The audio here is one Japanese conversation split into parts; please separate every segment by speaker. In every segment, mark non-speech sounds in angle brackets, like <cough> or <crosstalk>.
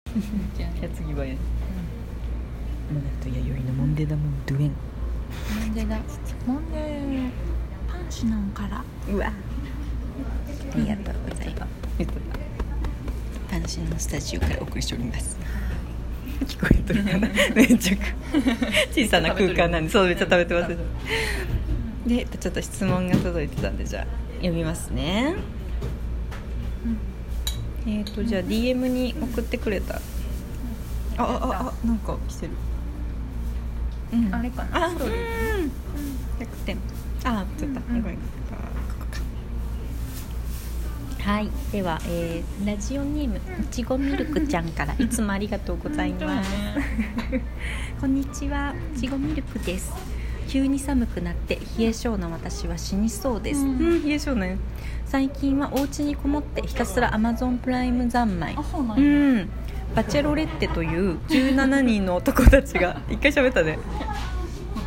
Speaker 1: じゃあね
Speaker 2: 矢継ぎ早いモナと弥生のモンデダモンドゥエン
Speaker 1: モンデだモンデパンシナンから
Speaker 2: うわ
Speaker 1: ありがとうございます
Speaker 2: 言っとったパンシンのスタジオからお送りしております聞こえとるかなめっちゃく小さな空間なんでそうめっちゃ食べてますでちょっと質問が届いてたんでじゃあ読みますねえっ、とじゃあ DM に送ってくれたああああなんか来てる、うん
Speaker 1: あれかな
Speaker 2: あうん
Speaker 1: ストーリ
Speaker 2: 100点あちょっと、
Speaker 1: うんうん
Speaker 2: ごめんここかはいでは、えーラジオネームいちごミルクちゃんからいつもありがとうございますこんにちはいちごミルクです急に寒くなって冷え性の私は死にそうです、
Speaker 1: うん
Speaker 2: うん冷え性ね最近はお家にこもってひたすらアマゾンプライム三昧
Speaker 1: あそうな
Speaker 2: うん
Speaker 1: や
Speaker 2: ん、バチェロレッテという17人の男たちが一回喋った <laughs> ね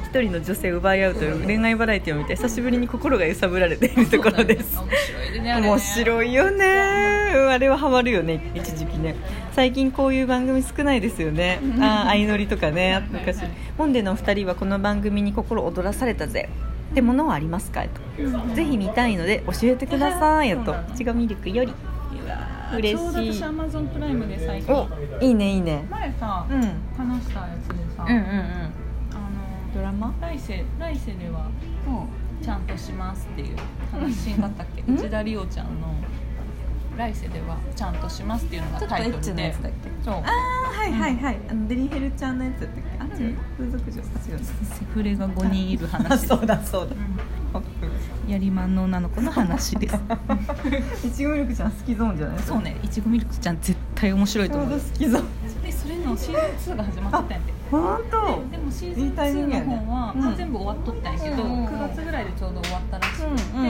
Speaker 2: 一人の女性を奪い合うという恋愛バラエティを見て久しぶりに心が揺さぶられているところです
Speaker 1: 面白いねあれね
Speaker 2: 面白いよねうんあれはハマるよね一時期ね最近こういう番組少ないですよね
Speaker 1: うん
Speaker 2: あー相乗りとかね
Speaker 1: はいはいはい
Speaker 2: 昔モンデのお二人はこの番組に心躍らされたぜってものはありますかと
Speaker 1: うん
Speaker 2: ぜひ見たいので教えてくださいよと
Speaker 1: そうなの
Speaker 2: いちごミルクより
Speaker 1: うわー
Speaker 2: 嬉しい
Speaker 1: ちょうど私 Amazon プライムで最近
Speaker 2: おいいねいいね
Speaker 1: 前さ
Speaker 2: うん
Speaker 1: 話したやつでさ
Speaker 2: うんうんうん
Speaker 1: あの
Speaker 2: ドラマ
Speaker 1: 来世来世ではちゃんとしますっていう話だったっけ
Speaker 2: うん
Speaker 1: 内田理央ちゃんの「来世ではちゃんとします」っていうのがタイトルで
Speaker 2: っけ
Speaker 1: そう
Speaker 2: あはいはいはい、あのデリヘルちゃんのやつだったっけあ違う風俗嬢あ違う
Speaker 3: セフレが5人いる
Speaker 2: あ
Speaker 3: 話
Speaker 2: <laughs> そうだそうだ
Speaker 1: う
Speaker 3: やりまんの女の子の話
Speaker 1: <laughs>
Speaker 3: です
Speaker 2: いちごミルクちゃん好きゾーンじゃない
Speaker 3: そうねいちごミルクちゃん絶対面白い
Speaker 2: ち
Speaker 3: と
Speaker 2: ょう
Speaker 3: 思
Speaker 2: ど
Speaker 3: う
Speaker 2: 好きゾーン
Speaker 1: んでそれのシーズン2が始まってたんやて
Speaker 2: 本
Speaker 1: ででもシーズン
Speaker 2: いいタイミン
Speaker 1: 2
Speaker 2: グや
Speaker 1: の
Speaker 2: ね
Speaker 1: 方は、
Speaker 2: うん
Speaker 1: 全部終わっとったんやけど、
Speaker 2: うんうんうん
Speaker 1: 9月ぐらいでちょうど終わったらしくて、
Speaker 2: うんうんうん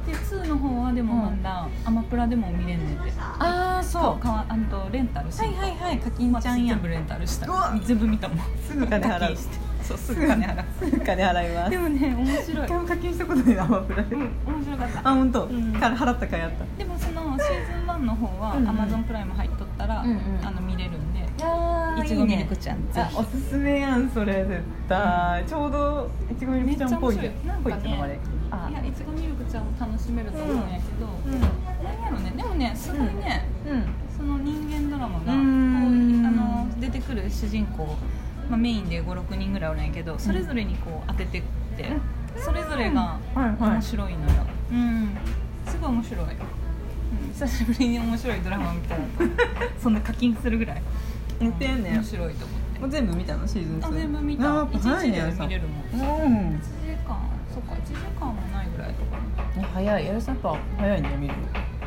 Speaker 1: で2の方はでもまだ、アマプラでも見れんねんて
Speaker 2: ああそう
Speaker 1: かわあんとレンタルして、
Speaker 2: はいはいはい課金ちゃんや
Speaker 1: 全部レンタルした
Speaker 2: うわ
Speaker 1: 全部見たもん
Speaker 2: すぐ金
Speaker 1: 課
Speaker 2: 払う
Speaker 1: 金してそうすぐ金払う
Speaker 2: すぐ金払います
Speaker 1: でもね面白い
Speaker 2: 一回も課金したことないなアマプラで、
Speaker 1: 面白かった
Speaker 2: あ本当、
Speaker 1: うん
Speaker 2: から払ったかやった
Speaker 1: でもそのシーズン1の方は
Speaker 2: うんうん
Speaker 1: Amazon プライム入っとったら、
Speaker 2: うんうん
Speaker 1: あの見れるんで
Speaker 2: あ
Speaker 3: いちごミルクちゃんぜ
Speaker 2: あおすすめやんそれ絶対、ちょうどいちごミルクちゃんっぽい
Speaker 1: めっちゃ面白い
Speaker 2: ぽいっ
Speaker 1: なんかね
Speaker 2: ていうのあれあ
Speaker 1: いやいつごミルクちゃんも楽しめると思うんやけど、なんやろねでもねすごいね、
Speaker 2: うんうん
Speaker 1: その人間ドラマがこう
Speaker 2: うん
Speaker 1: あの出てくる主人公、まあ、メインで56人ぐらいおるんやけどそれぞれにこう当ててって、それぞれが
Speaker 2: はいは
Speaker 1: 面
Speaker 2: い
Speaker 1: 白いのよ、うんすごい面白い、うん、久しぶりに面白いドラマみたいな <laughs> そんな課金するぐらい
Speaker 2: 似てんね
Speaker 1: 面白いと思って
Speaker 2: もう全部見たのシーズン2
Speaker 1: あ全部見た
Speaker 2: あやっぱ
Speaker 1: 1
Speaker 2: 早い
Speaker 1: 日
Speaker 2: ね
Speaker 1: で見れるもん1
Speaker 2: うん
Speaker 1: 時間そっか1時間もないぐらいとか
Speaker 2: 早いやるさんやっぱ早いね見る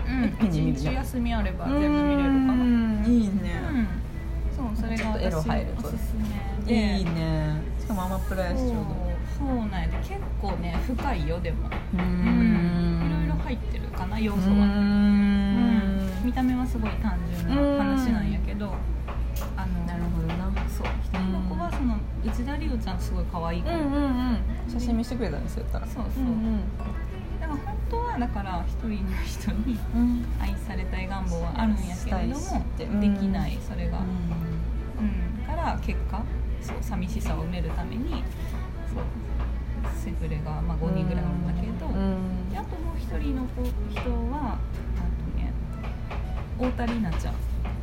Speaker 1: うん
Speaker 2: 一気に見る
Speaker 1: 一日休みあれば
Speaker 2: の
Speaker 1: 全部見れるかなうん
Speaker 2: うんいいね、
Speaker 1: そうそれが
Speaker 2: ちょっとエロ
Speaker 1: 私
Speaker 2: 入ると
Speaker 1: おすすめで
Speaker 2: いいねしかもアマプラ
Speaker 1: そ
Speaker 2: や
Speaker 1: う
Speaker 2: しちょう
Speaker 1: そうなんやで結構ね深いよでも
Speaker 2: どう
Speaker 1: うんいろいろ入ってるかな要素
Speaker 2: う
Speaker 1: は
Speaker 2: ん
Speaker 1: うん見た目はすごい単純な話なんやけどあの
Speaker 2: なるほどな
Speaker 1: そう一人の子はその内田理央ちゃんすごい可愛い子、
Speaker 2: うんうんうん写真見せてくれたんですよやったら
Speaker 1: そうそうう、
Speaker 2: ん
Speaker 1: だから本当はだから一人の人に
Speaker 2: うん
Speaker 1: 愛されたい願望はあるんやけれど
Speaker 2: したいしってう
Speaker 1: も
Speaker 2: ん
Speaker 1: できないそれが、うん、から結果そう寂しさを埋めるためにそうセフレが、まあ、5人ぐらいおるんだけど、
Speaker 2: うん
Speaker 1: であともう一人の子人はあとね太田里奈ちゃん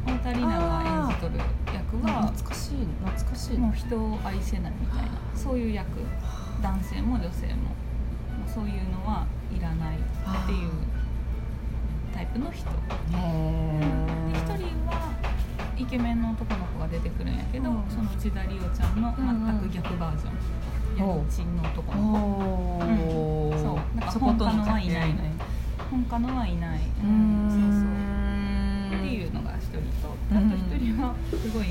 Speaker 1: 太田里奈が演じとる役は
Speaker 2: 懐かしい懐かしい
Speaker 1: もう人を愛せないみたいなそういう役男性も女性ももうそういうのはいらないっていうタイプの人で
Speaker 2: へえ
Speaker 1: 一人はイケメンの男の子が出てくるんやけど、
Speaker 2: うん
Speaker 1: その内田理央ちゃんの全く逆バージョン、
Speaker 2: うんうん
Speaker 1: ヤクチンの男の子
Speaker 2: おお、
Speaker 1: うんそうなんか
Speaker 2: そことの
Speaker 1: 本家のはいない
Speaker 2: ね
Speaker 1: 本家のはいな
Speaker 2: う
Speaker 1: い、そうそうっていうのが一人とあと一人はすごい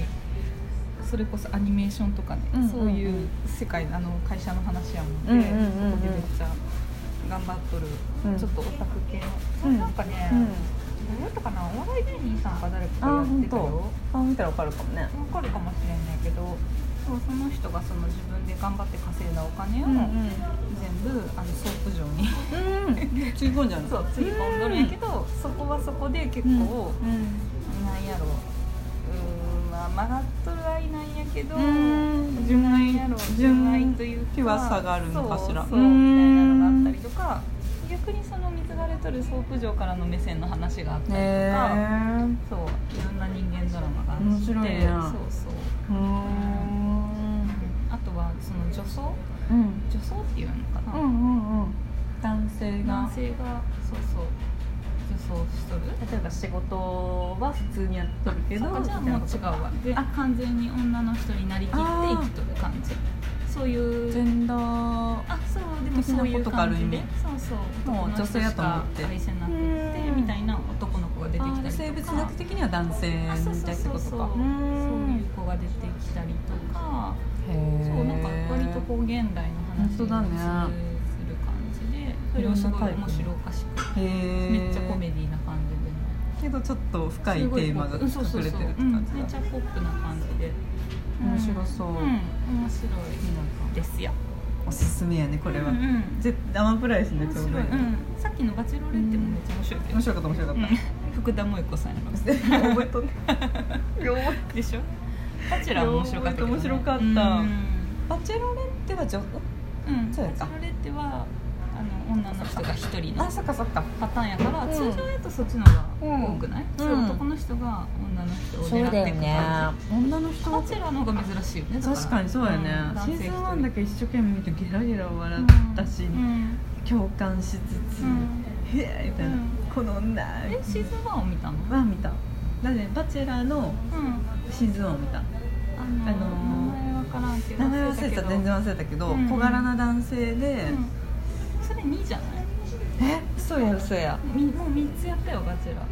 Speaker 1: それこそアニメーションとかね、
Speaker 2: うんうんうん
Speaker 1: そういう世界あの会社の話やもんで、
Speaker 2: うんうんうんうん
Speaker 1: そこでめっちゃ頑張っとる、
Speaker 2: うん
Speaker 1: ちょっとオタク系
Speaker 2: う
Speaker 1: の、
Speaker 2: ん
Speaker 1: なんかね、どうやったかなお笑い芸人さんか誰か
Speaker 2: あ
Speaker 1: がやってた
Speaker 2: ほん
Speaker 1: よ
Speaker 2: と顔見たらわかるかもね
Speaker 1: わかるかもしれないけどそうその人がその自分で頑張って稼いだお金を全部、あのソープ嬢に <laughs>
Speaker 2: うんつい込んじゃう
Speaker 1: そうつぎ込んどるんやけど、そこはそこで結構、
Speaker 2: うん
Speaker 1: なんやろううーん曲がっとる愛なんやけど
Speaker 2: うん
Speaker 1: 純愛やろ純
Speaker 2: 純
Speaker 1: 愛というか
Speaker 2: ピュアさがあるのかしら
Speaker 1: そうそう
Speaker 2: う
Speaker 1: み
Speaker 2: ん
Speaker 1: たいなのがあったりとか逆にその水がれとるソープ場からの目線の話があったりとか、
Speaker 2: へえ
Speaker 1: そういろんな人間ドラマがあって
Speaker 2: 面白いね
Speaker 1: そうそう
Speaker 2: うーん
Speaker 1: あとはその女装
Speaker 2: うん
Speaker 1: 女装っていうのかな、
Speaker 2: うんうんうん男性が
Speaker 1: 男性がそうそう女装しとる
Speaker 2: 例えば仕事は普通にやっとるけど
Speaker 1: そっかじゃあもう違うわで
Speaker 2: あ
Speaker 1: 完全に女の人になりきって生きとる感じそういう
Speaker 2: ジェンダー
Speaker 1: あそうでもそうい
Speaker 2: 的なこ
Speaker 1: う
Speaker 2: とがあ
Speaker 1: 感
Speaker 2: る意
Speaker 1: じで
Speaker 2: 味
Speaker 1: そうそう
Speaker 2: もう女性やと思って
Speaker 1: 愛せなく
Speaker 2: う
Speaker 1: って
Speaker 2: ん
Speaker 1: みたいな男の子が出てきたりとか
Speaker 2: 生物学的には男性
Speaker 1: あそうそう
Speaker 2: だって
Speaker 1: そ
Speaker 2: こ
Speaker 1: う
Speaker 2: と
Speaker 1: そうそ
Speaker 2: か
Speaker 1: ういう子が出てきたりとかそうなんか割とこう現代の話
Speaker 2: 本
Speaker 1: をす
Speaker 2: 当
Speaker 1: る
Speaker 2: だね
Speaker 1: する感じでそれをすごい面白おかしく
Speaker 2: うへ
Speaker 1: めっちゃコメディな感じ
Speaker 2: け
Speaker 1: でね
Speaker 2: どちょっと深いテーマが隠
Speaker 1: そうそう
Speaker 2: れ
Speaker 1: そ
Speaker 2: て
Speaker 1: う
Speaker 2: るって
Speaker 1: うん
Speaker 2: 感
Speaker 1: めっ
Speaker 2: じ
Speaker 1: ち
Speaker 2: だ
Speaker 1: ゃポップな感じで
Speaker 2: 面白そう
Speaker 1: うん、面白いですよ
Speaker 2: おすすめやねこれは
Speaker 1: うんうん
Speaker 2: 絶対アマプライスで
Speaker 1: 面
Speaker 2: ち
Speaker 1: 白
Speaker 2: ょう
Speaker 1: い、
Speaker 2: どいい
Speaker 1: うん、さっきの「バチロレッテ」もめっちゃ面白いけど
Speaker 2: 面白かった面白かっ
Speaker 1: うん福田萌子さんやろ
Speaker 2: た覚えとんね
Speaker 1: でしょバチェラーも面白かったけど、ね、
Speaker 2: 両方とも面白かった
Speaker 1: うん
Speaker 2: バチェロレッテは女
Speaker 1: うん、
Speaker 2: そうや
Speaker 1: バ
Speaker 2: った
Speaker 1: チェロレッテはあの女の人が一人の
Speaker 2: あそっかそっか
Speaker 1: パターンやから、
Speaker 4: うん
Speaker 1: 通常やとそっちの方が
Speaker 4: うん
Speaker 1: 多くない、
Speaker 4: うん
Speaker 1: そう男の人が女の人を狙っていく感じ
Speaker 2: 女の
Speaker 1: バチェラーの方が珍しいよねだら
Speaker 2: 確かにそうやね
Speaker 1: ん男
Speaker 2: シー
Speaker 1: 性一
Speaker 2: ズン
Speaker 1: 人
Speaker 2: 1だけ一生懸命見てゲラゲラ笑ったし
Speaker 1: うん
Speaker 2: 共感しつつ
Speaker 1: うん
Speaker 2: 「へえ」みたいな
Speaker 1: うん
Speaker 2: 「この女」
Speaker 1: えシーズン1を見たの
Speaker 2: は見ただねバチェラーの
Speaker 1: うん
Speaker 2: シーズン1を見た
Speaker 1: あの
Speaker 2: あのー
Speaker 1: 名前わからんけど
Speaker 2: 名前忘れた
Speaker 1: けど
Speaker 2: 全然忘れたけど、
Speaker 1: うん
Speaker 2: 小柄な男性で、
Speaker 1: うんそれ2じゃない
Speaker 2: えそうやそうや
Speaker 1: みもう3つやったよバチェラ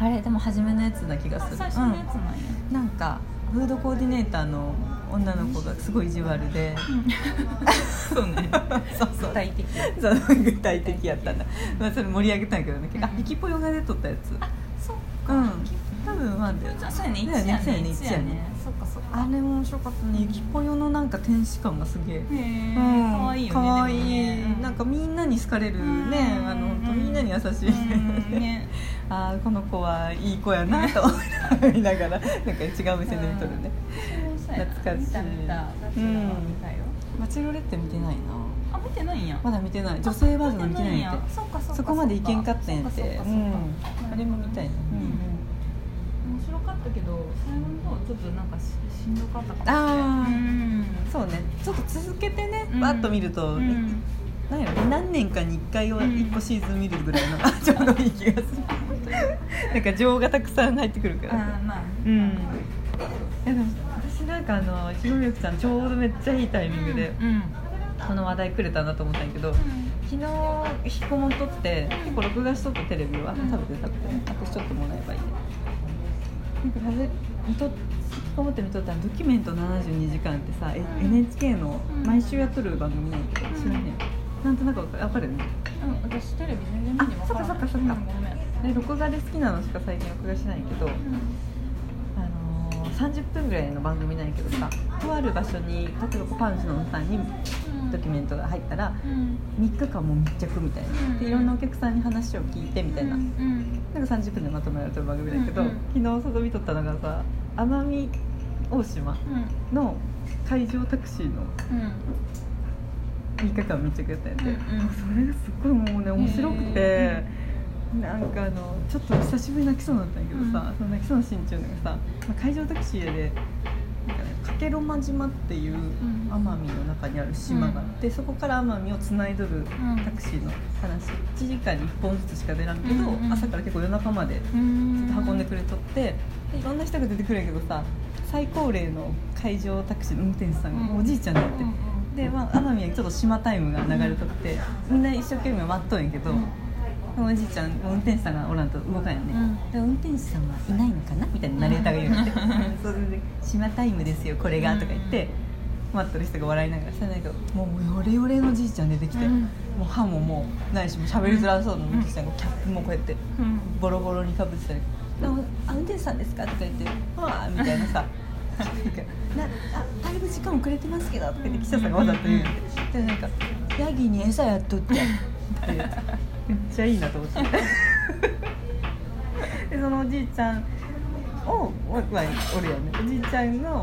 Speaker 2: あれでも初めのやつな気が
Speaker 1: あ
Speaker 2: する
Speaker 1: 最初のやつなんや、
Speaker 2: うん、なんかフードコーディネーターの女の子がすごい意地悪で
Speaker 1: <laughs> そうね
Speaker 2: そうそう
Speaker 1: 体的
Speaker 2: そう具体的やったんだ、まあ、それ盛り上げたんやけどね、
Speaker 1: うん
Speaker 2: あヒキポヨが出とったやつ
Speaker 1: そっ
Speaker 2: うん多分まあ
Speaker 1: かそうやね
Speaker 2: だよね
Speaker 1: 1やね
Speaker 2: そうやね
Speaker 1: 一やねそっかそっか
Speaker 2: あれも面白かったねゆきぽよのなんか天使感がすげえ
Speaker 1: へえか
Speaker 2: うん
Speaker 1: わいいよね
Speaker 2: かわいい
Speaker 1: でもね
Speaker 2: なんかみんなに好かれるね、
Speaker 1: うん
Speaker 2: あの本当みんなに優しい、
Speaker 1: うん
Speaker 2: ね、
Speaker 1: ね
Speaker 2: <laughs> あーこの子はいい子やなと思いながらなんか違う目線で見とるね、懐かしい
Speaker 1: 見た見たバチェラは見たよ
Speaker 2: バチェロレッテ見てないな
Speaker 1: あ見てないんや
Speaker 2: まだ見てない女性バージョン見てないっ
Speaker 1: あ見
Speaker 2: て
Speaker 1: んやそっかそっかっか
Speaker 2: そこまでいけんかったんやって
Speaker 1: そっかそっかそっか
Speaker 2: うんあれも見たいな、
Speaker 1: 面白かったけど最後の方ちょっとなんかししんどかったかもしれ
Speaker 2: あ
Speaker 1: ない
Speaker 2: あ
Speaker 1: うん
Speaker 2: そうねちょっと続けてね
Speaker 1: うん
Speaker 2: バッと見ると、
Speaker 1: うん
Speaker 2: なんやろ何年かに1回を
Speaker 1: うん
Speaker 2: 1個シーズン見るぐらいの、ちょうどいい気
Speaker 1: <laughs>
Speaker 2: がするなんか情がたくさん入ってくるか
Speaker 1: あ
Speaker 2: ら
Speaker 1: ーまあ
Speaker 2: うんいやでも私なんかあのひろみゆきさんちょうどめっちゃいいタイミングで
Speaker 1: うんうん
Speaker 2: この話題くれたなと思ったんやけど昨日引きこもっとって結構録画しとってテレビは
Speaker 1: うん
Speaker 2: 食べて食べて私ちょっともらえばいいねなんか食べ見と引きこもって見とったらドキュメント72時間ってさ、え
Speaker 1: うん
Speaker 2: NHK の
Speaker 1: うん
Speaker 2: 毎週やっとる番組なんやけど
Speaker 1: うん
Speaker 2: 知らんねんなんとなくわかわかるね
Speaker 1: うん私テレビ全然見ても分からない
Speaker 2: あそっかそっかそっか
Speaker 1: うんごめ
Speaker 2: で
Speaker 1: ん
Speaker 2: 録画で好きなのしか最近録画しないけど、あのー、30分ぐらいの番組なんやけどさとある場所に例えばパンチのおっさんにドキュメントが入ったら
Speaker 1: うん
Speaker 2: 3日間も密着みたいなでいろんなお客さんに話を聞いてみたいな、
Speaker 1: うんうん
Speaker 2: なんか30分でまとめられてる番組だけど、
Speaker 1: うんうん
Speaker 2: 昨日外見とったのがさ奄美大島
Speaker 1: うん
Speaker 2: の海上タクシーの
Speaker 1: うん
Speaker 2: 3日間密着やったんやって、
Speaker 1: うんうん
Speaker 2: もうそれがすごいもうね面白くて
Speaker 1: へ、
Speaker 2: なんかあのちょっと久しぶりに泣きそうになったんやけどさ、その泣きそうなシーンっていうのがさ、まあ海上タクシーやでなんかね加計呂間島っていう奄美の中にある島があって、そこから奄美をつないどる
Speaker 1: うん
Speaker 2: タクシーの話1時間に1本ずつしか出らんけど、
Speaker 1: うんうん
Speaker 2: 朝から結構夜中まで
Speaker 1: うん
Speaker 2: 運んでくれとってでいろんな人が出てくるんやけどさ最高齢の海上タクシーの運転手さんが
Speaker 1: うん
Speaker 2: おじいちゃんになって、
Speaker 1: うん
Speaker 2: で、まあ、奄美はちょっと島タイムが流れとってみんな一生懸命待っとんやけど、
Speaker 1: うん
Speaker 2: そのおじいちゃん運転手さんがおらんと動かんよね、
Speaker 1: うん
Speaker 2: で運転手さんはいないのかなみたいなナレーターが言う
Speaker 1: <laughs>
Speaker 2: のって「そうで島タイムですよこれが」とか言って。待ってる人が笑いながらさなんかもうヨレヨレのじいちゃん出てきて、
Speaker 1: うん
Speaker 2: もう歯ももうないしもう喋りづらそうな運転手さんがキャップもこうやって
Speaker 1: うん
Speaker 2: ボロボロにかぶってたり「あ運転手さんですか?」とか言って「わあ」みたいなさ「なんか <laughs> なあだいぶ時間遅れてますけど」とか言って記者さんがわざと言うんででなんか「ヤギに餌やっとって」って言う <laughs> めっ <laughs> ちゃいいなと思ってでそのおじいちゃんを、おまあ、おるよねおじいちゃんの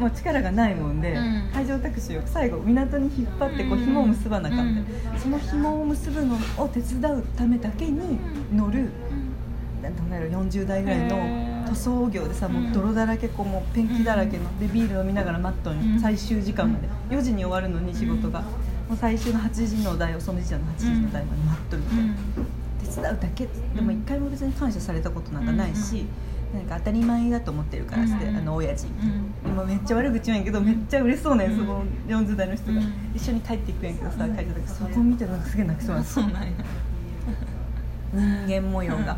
Speaker 2: もう力がないもんで、
Speaker 1: うん
Speaker 2: 海上タクシーを最後港に引っ張ってこう
Speaker 1: うん
Speaker 2: 紐を結ばなあかんで、
Speaker 1: う
Speaker 2: その紐を結ぶのを手伝うためだけに乗る、なんてやろ40代ぐらい
Speaker 1: へ
Speaker 2: の
Speaker 1: ー
Speaker 2: 塗装業でさもう泥だらけこうもうペンキだらけのでビール飲みながらマット
Speaker 1: う
Speaker 2: に
Speaker 1: ん
Speaker 2: 最終時間まで4時に終わるのに仕事がもう最終の8時のお題をその時ちゃんの8時のお題までマットみたいな。手伝うだけでも一回も別に感謝されたことなんかないし、なんか当たり前だと思ってるからして、
Speaker 1: うん
Speaker 2: あの親父、今めっちゃ悪口言うんやけどめっちゃ嬉しそうなんや、その40代の人が、
Speaker 1: うん
Speaker 2: 一緒に帰っていくんやけどさ会社でそこ見てなんかすげえ泣きそうなんです
Speaker 1: そうなんや
Speaker 2: 人間模様が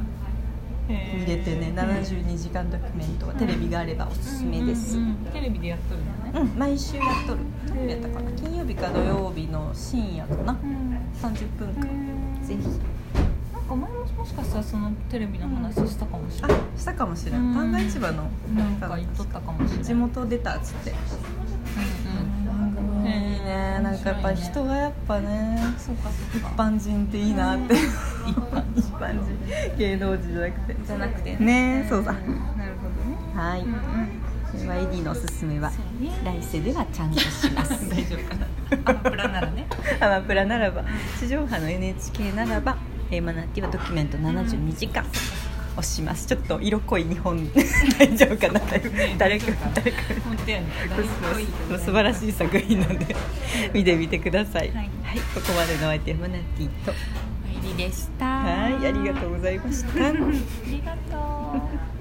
Speaker 2: 見れてね
Speaker 1: へー
Speaker 2: 72時間ドキュメントはテレビがあればおすすめです、
Speaker 1: うんうんうんテレビでやっとるんだね
Speaker 2: うん毎週やっとる何曜日やったかな金曜日か土曜日の深夜かな30分間、ぜひ
Speaker 1: なんか前ももしかしたらそのテレビの話したかもしれない、
Speaker 2: あしたかもしれん
Speaker 1: うん
Speaker 2: 旦過市場の
Speaker 1: なんか言っとったかもしれない
Speaker 2: 地元出たっつって
Speaker 1: うん
Speaker 2: 番組いいねなんかやっぱ人がやっぱね
Speaker 1: うん、そうかそ
Speaker 2: 一
Speaker 1: うか
Speaker 2: 般人っていいなって一般一般人芸能人じゃなくて
Speaker 1: じゃなくて
Speaker 2: ねそうだ
Speaker 1: なるほどね
Speaker 2: はい
Speaker 1: うんうん
Speaker 2: それはエディのおすすめは
Speaker 1: そうね
Speaker 2: 来世ではちゃんとします
Speaker 1: 大丈夫かなアマプ
Speaker 2: <laughs>
Speaker 1: ラならね
Speaker 2: アマプラならば地上波の NHK ならばえーマナティはドキュメント72時間押しますちょっと色濃い日 <laughs> 本大丈夫かな誰か誰か
Speaker 1: 本当やね
Speaker 2: <laughs>
Speaker 1: だいぶいいけどね
Speaker 2: 素晴らしい作品なんで見てみてください。は
Speaker 1: はいい、
Speaker 2: ここまでのお相手はマナティーと、
Speaker 1: 入りでした
Speaker 2: はい、ありがとうございました。
Speaker 1: ありがとう